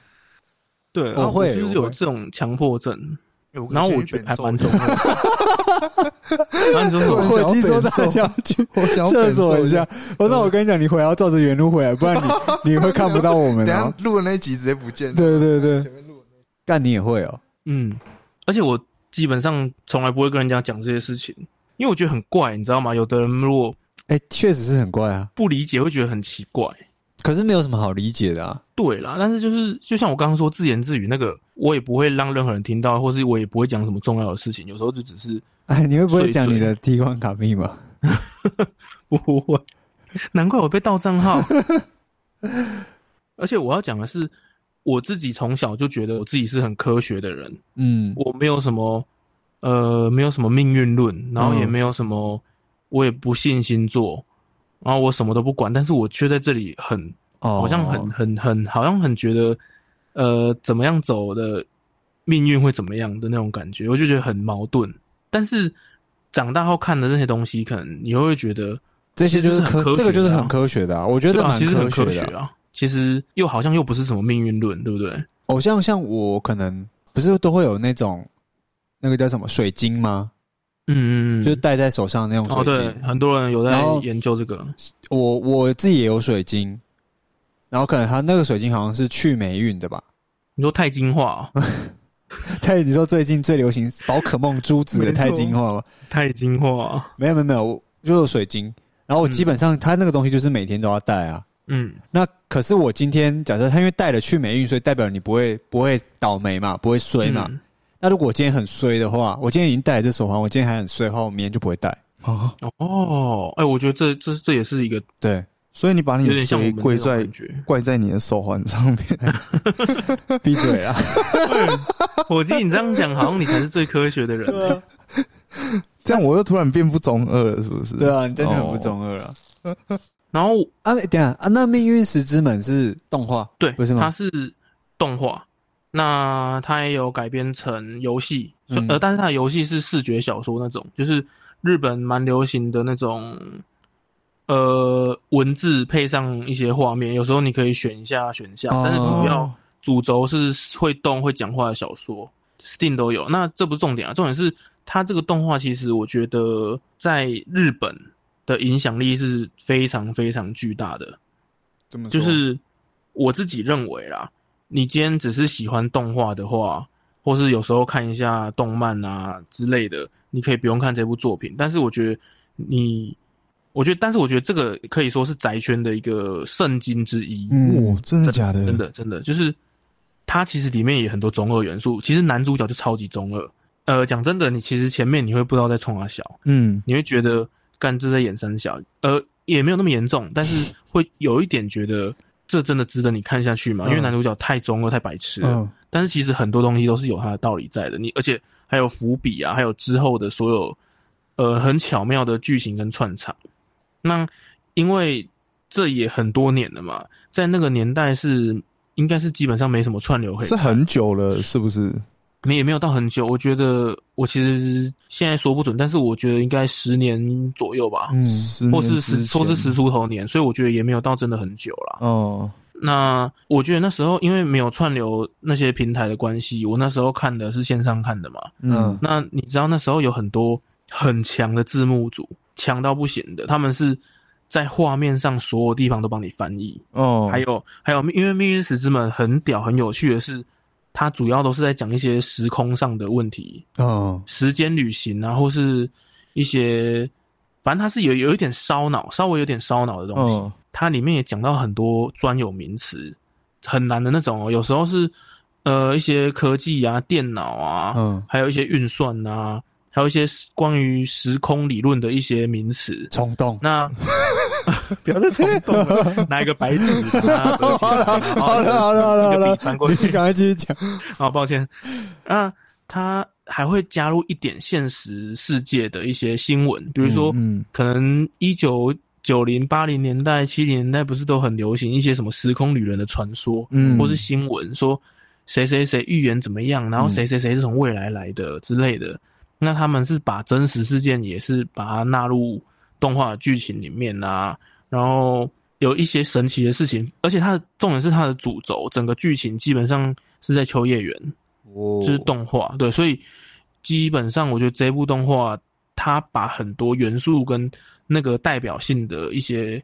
对，
我哦会
然后就是
我
有
会
这种强迫症，
欸
然后我觉得还蛮重要的。然后你说什
我
么？
我已经说大
想要
家去
我想要
厕
感
所
受
一下。，我那我跟你讲，你回来要照着原路回来，不然 你你会看不到我
等
们
一下
哦。
录的那一集直接不见。
对对对，干你也会哦。
嗯，而且我基本上从来不会跟人家讲这些事情，因为我觉得很怪，你知道吗？有的人如果
哎，确实是很怪啊，
不理解，会觉得很奇怪。
可是没有什么好理解的啊。
对啦，但是就是就像我刚刚说自言自语那个，我也不会让任何人听到，或是我也不会讲什么重要的事情。有时候就只是
哎，你会不会
碎
讲
嘴啊
你的提款卡密码？
不会，难怪我被盗账号。而且我要讲的是，我自己从小就觉得我自己是很科学的人，
嗯，
我没有什么呃，没有什么命运论，然后也
嗯
没有什么，我也不信星座，然后我什么都不管，但是我却在这里很
哦
好像很很很好像很觉得，呃，怎么样走的命运会怎么样的那种感觉，我就觉得很矛盾。但是长大后看的这些东西，可能你又会觉得，
这些就是
其实是很科
科，
学的啊
这个就是很科学的啊。我觉
对
得
啊，
蛮
其实很科
学
学
的啊。
啊，其实又好像又不是什么命运论，对不对？
偶像像我可能不是都会有那种那个叫什么水晶吗？
嗯嗯嗯，
就是戴在手上的那种
哦，
水
对
晶。，
很多人有在
然后
研究这个，
我我自己也有水晶，然后可能他那个水晶好像是去霉运的吧？
你说钛金化哦，
对，你说最近最流行宝可梦珠子的
没错
钛金化吗？
钛金化，
没有没有没有，我就有水晶。然后我基本上它那个东西就是每天都要戴啊。
嗯
那可是我今天假设它因为戴了去霉运，所以代表你不会不会倒霉嘛，不会衰嘛。
嗯
那如果我今天很衰的话，我今天已经戴了这手环，我今天还很衰的话，我明天就不会戴。
哦，
哦，哎，我觉得这这这也是一个
对，
所以你把你
有
的
点像我
水
们这
跪
种
在
感 觉。
怪在你的手环上面，
闭 嘴啊！
我记得你这样讲，好像你才是最科学的人。
这样我又突然变不中二了，是不是？
对啊，你真的
哦
很不中二啊！
然后
啊，等一下啊，那命运石之门是动画
对，
不是
它
吗？
是动画，那它也有改编成游戏，所
嗯
呃，但是它的游戏是视觉小说那种，就是日本蛮流行的那种，呃，文字配上一些画面，有时候你可以选一下选项，但是主要、
哦
主轴是会动会讲话的小说，Steam 都有。那这不是重点啊，重点是它这个动画其实我觉得在日本的影响力是非常非常巨大的。
这么
就
说
是我自己认为啦，你今天只是喜欢动画的话，或是有时候看一下动漫啊之类的，你可以不用看这部作品。但是我觉得你，我觉得，但是我觉得这个可以说是宅圈的一个圣经之一。
嗯，真的假的？
真，的真的就是它其实里面也很多中二元素，其实男主角就超级中二。呃，讲真的，你其实前面你会不知道在冲他笑，
嗯，
你会觉得干这在演三小，呃，也没有那么严重，但 是会有一点觉得这真的值得你看下去吗？
嗯
因为男主角太中二、太白痴了。
嗯，
但是其实很多东西都是有它的道理在的，你而且还有伏笔啊，还有之后的所有呃很巧妙的剧情跟串场。那因为这也很多年了嘛，在那个年代是应该是基本上没什么串流可以
是
看，
很久了，是不是？
没也没有到很久。我觉得我其实现在说不准，但是我觉得应该十年左右吧，
嗯，
或是十说是十
时
出头年，所以我觉得也没有到真的很久啦。
哦，
那我觉得那时候因为没有串流那些平台的关系，我那时候看的是线上看的嘛。
嗯
嗯，
那你知道那时候有很多很强的字幕组，强到不行的，他们是在画面上所有地方都帮你翻译。
哦，
还有还有，因为《命运石之门》很屌很有趣的是，它主要都是在讲一些时空上的问题，
哦，
时间旅行啊，或是一些，反正它是有有一点烧脑，稍微有点烧脑的东
嗯
西。
哦，
它里面也讲到很多专有名词，很难的那种哦。有时候是呃一些科技啊、电脑啊，
嗯
还有一些运算啊，还有一些时关于时空理论的一些名词。
冲动，
那 不要再冲动了，拿一个白纸 把它折起来，
好了好了好了好
一个
了
笔传过去
你。赶快继续讲。
啊，抱歉。那它还会加入一点现实世界的一些新闻，比如说，
嗯
可能一九九零、八零年代、七零年代不是都很流行一些什么时空旅人的传说，
嗯
或是新闻说谁谁谁预言怎么样，
嗯
然后谁谁谁是从未来来的之类的。那他们是把真实事件也是把它纳入动画剧情里面啊，然后有一些神奇的事情，而且它的重点是它的主轴，整个剧情基本上是在秋叶原，
哦
就是动画，对，所以基本上我觉得这部动画它把很多元素跟那个代表性的一些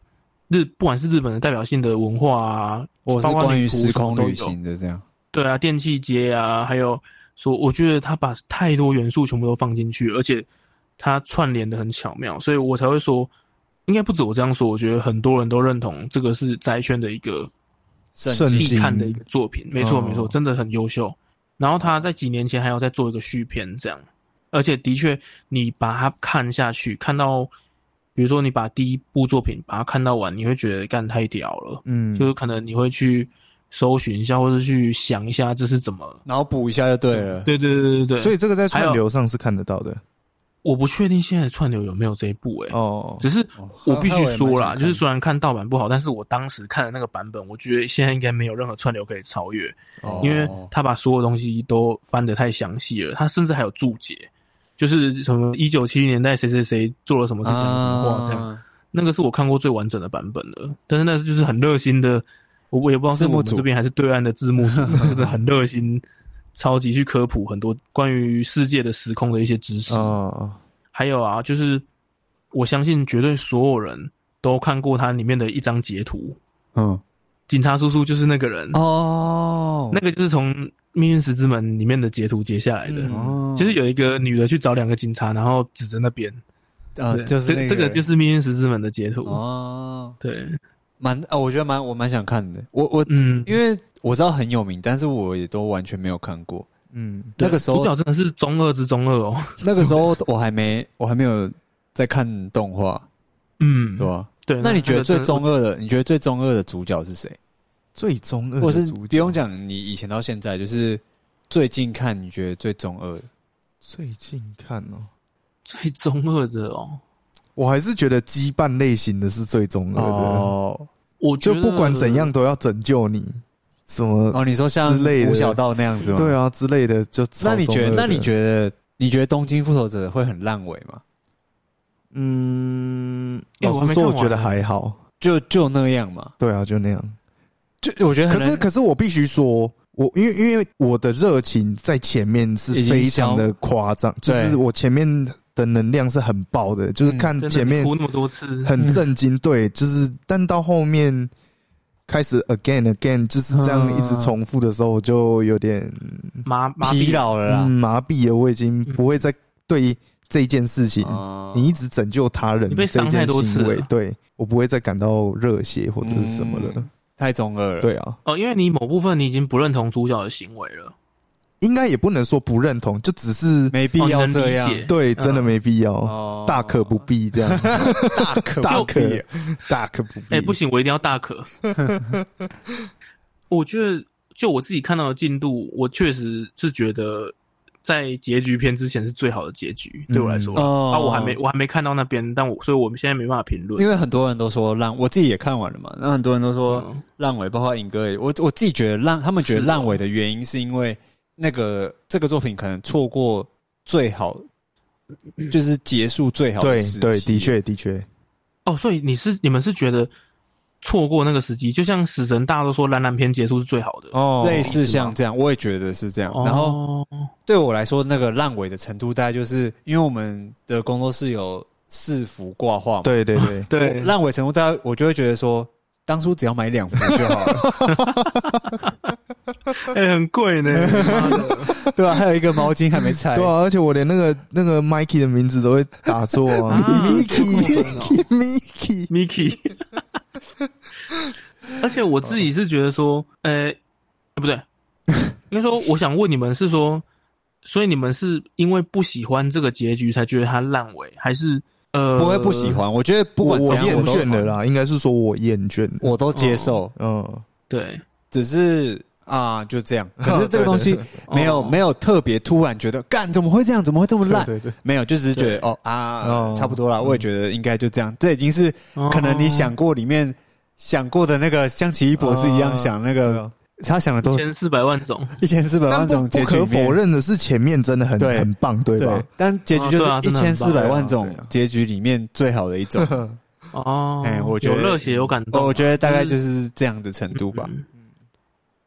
日，不管是日本的代表性的文化啊，
我是
包括
关于
女仆
时
什么
空
都
旅
有
行的这样。
对啊，电器街啊，还有说，我觉得他把太多元素全部都放进去，而且他串联的很巧妙，所以我才会说，应该不止我这样说，我觉得很多人都认同这个是宅圈的一个
圣经
必看的一个作品，没错
哦
没错，真的很优秀。然后他在几年前还有在做一个续篇，这样，而且的确，你把它看下去，看到，比如说你把第一部作品把它看到完，你会觉得干太屌了，
嗯，
就是可能你会去搜寻一下，或者去想一下这是怎么。
然后补一下就对了。
对对对对对，
所以这个在
还
串
有
流上是看得到的
我不确定现在的串流有没有这一部诶、欸
哦。
只是
哦
我必须说啦，
还有还有也蛮想看
就是虽然看盗版不好，但是我当时看的那个版本，我觉得现在应该没有任何串流可以超越，
哦
因为他把所有东西都翻得太详细了，他甚至还有注解，就是什么一九七零年代谁谁谁做了什么事情，什么话这样，
啊
那个是我看过最完整的版本了。但是那是就是很热心的，我我也不知道是
字幕
我们
组
这边还是对岸的字幕组，真的很热心，超级去科普很多关于世界的时空的一些知识。
哦，
还有啊，就是我相信绝对所有人都看过它里面的一张截图，
嗯
警察叔叔就是那个人，
哦
那个就是从《命运石之门》里面的截图截下来的。
嗯
哦
其实有一个女的去找两个警察，然后指着那边，
啊，
对
就是那
这这个
人
就是《命运石之门》的截图。
哦，
对，
蛮啊，我觉得蛮我蛮想看的。我我
嗯，
因为我知道很有名，但是我也都完全没有看过。
嗯，
对
那个时候
主角真的是中二之中二哦。
那个时候我还没我还没有在看动画，
嗯，
对吧？
对。
那你觉得最
个真
中二的？你觉得最中二的主角是谁？
最中二的
或是
主角
不用讲，你以前到现在，就是最近看你觉得最中二的？
最近看哦，
最中二的哦？
我还是觉得羁绊类型的是最中二的，
哦，
我觉
就
得
不管怎样都要拯救你。什么，
哦，你说像
呃之类的
吴小道那样子吗？
对啊之类的，就
那你觉得？那你
得？
觉得？你觉得《东京复仇者》会很烂尾吗？
嗯，
哎
老
我还没
实说，
看
我
完
觉得
呢
还好。
就就那样嘛？
对啊，就那样。
就我觉得很
可
难
是，可是我必须说，我因为因为我的热情在前面是非常的夸张，就
对
是我前面的能量是很爆的，就是看
真的
前面
哭那么多次，
很震惊，对，就是但到后面开始 again again，就是这样一
嗯
直重复的时候，我就有点
麻麻
疲
痹了。
劳了
嗯
啦。
麻痹了，我已经
啊嗯
不会再对这件事情，
哦
嗯你一直拯救他人
你被
这
伤害
件
多次
行为
了，
对我不会再感到热血或者是什么了
嗯，太中二了。
对啊。
哦，因为你某部分你已经不认同主角的行为了，
应该也不能说不认同，就只是
没必
哦
要
你能
这
理
样。
解嗯
对，真的没必要，
哦
大可不必这样，
大可
大
不
可
必。
大可不 必。
哎、不，行，我一定要大可。我觉得，就我自己看到的进度，我确实是觉得在结局篇之前是最好的结局，对我来说。
哦
啊，我还没我还没看到那边，但我所以我们现在没办法评论。
因为很多人都说烂，我自己也看完了嘛。那很多人都说
嗯
烂尾，包括尹哥也，我我自己觉得烂，他们觉得烂尾的原因是因为那个这个作品可能错过最好，就是结束最好的
对
时期
对，的，确的确，
哦，所以你是你们是觉得错过那个时机，就像死神大家都说烂烂片结束是最好的。
哦
类似像这样，我也觉得是这样。然后
哦，，
对我来说，那个烂尾的程度大概就是因为我们的工作室有四幅挂画嘛，
对对对
对，
烂尾程度大概我就会觉得说，当初只要买两幅就好 了，
哎，很贵 呢。妈的
对吧、还有一个毛巾还没拆，
对啊，而且我连那个那个 Mikey 的名字都会打错 啊
啊
，Mickey Mickey，
Miki。而且我自己是觉得说，呃、不对，应该说我想问你们是说， 所以你们是因为不喜欢这个结局才觉得它烂尾，还是呃
不会不喜？欢。我觉得不
我
管怎
我
样
厌
我都
倦了啦，应该是说我厌倦了，
我都接受，
嗯，
对，
只是啊就这样。可是这个东西
对对
没有
哦
没有特别突然觉得，干怎么会这样？怎么会这么烂？
对对对，
没有，就只是觉得
对
哦啊
哦，
差不多啦。我也觉得应该就这样。这已经是
哦
可能你想过里面想过的那个香奇一博士一样
哦
想那
对
个
啊，
他想的都
千四百万种，
一千四百
但
万
不
种
不
结局
可
里面
否认的是，前面真的很
对
很棒，对吧？
但结局就
哦对啊
是一
真的
千
很棒
四百万
对
种
啊对啊
结局里面最好的一种。
哦，
哎我觉得
有热血有感动啊、
我觉得大概就是是这样的程度吧。
嗯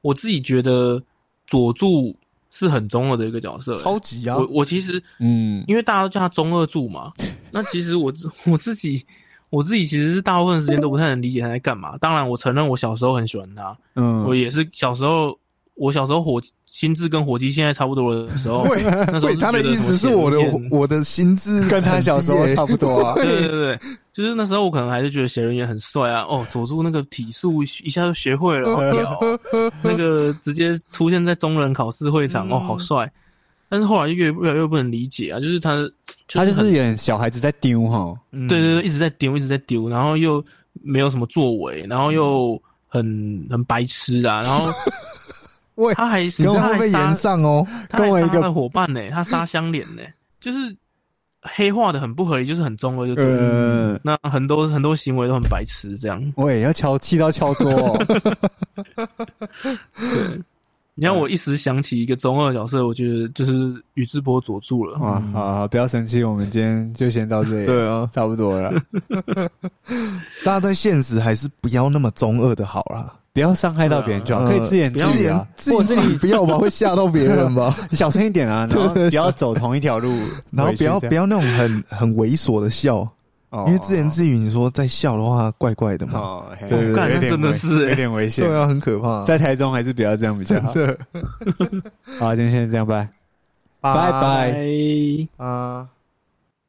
我自己觉得佐助是很中二的一个角色、欸
超级啊
我，我其实
嗯，
因为大家都叫他中二柱 嘛，那其实我自我自己我自己其实是大部分时间都不太能理解他在干嘛。当然，我承认我小时候很喜欢他，我
嗯，
也是小时候我小时候火心智跟火鸡现在差不多的时候，
喂
那时候
喂，
是
他的
觉得
意
什么
思是
铁
我的
人宴
我的心智
跟他小时候差不多 啊。
对对对，对就是那时候我可能还是觉得写人也很帅啊，哦，佐助那个体术一下就学会了，好屌哦、那个直接出现在中人考试会场，哦，好
嗯
帅。但是后来就越越来越不能理解啊，就是他，
他就
很
是有点小孩子在丢哈，
很低
对
耶，嗯
对对，一直在丢，一直在丢，然后又没有什么作为，然后又很很白痴啊，然后
喂，
他还
你这
他
样会
还
被
杀
延上哦。
他还
跟我
杀
一个
他的伙伴呢、他杀相连呢、就是黑化的很不合理，就是很中二，就对了、
呃，
那很多很多行为都很白痴，这样。
我也要敲气到敲 桌哦。
你让我一时想起一个中二角色，我觉得就是宇智波佐助了。
哇，好好，不要生气，我们今天就先到这里，
对啊，
差不多了，
大家在现实还是不要那么中二的好啦。
不要伤害到别人就好，可以自言
不要
自语啊，
呃自己自己不要吧，会吓到别人 吧。
你小声一点啊，然后不要走同一条 路，
然后不要
回去
不要那种很很猥琐的笑，
这样，
因为自言自语，你说在笑的话，怪怪的
语
嘛。
哦，嘿
对对
干
有
那
点
真的
危
是欸
有点危险
对，啊，很可怕。
在台中还是不要这样比较好。
的，
好，今天先这样，拜。拜拜
拜。
啊。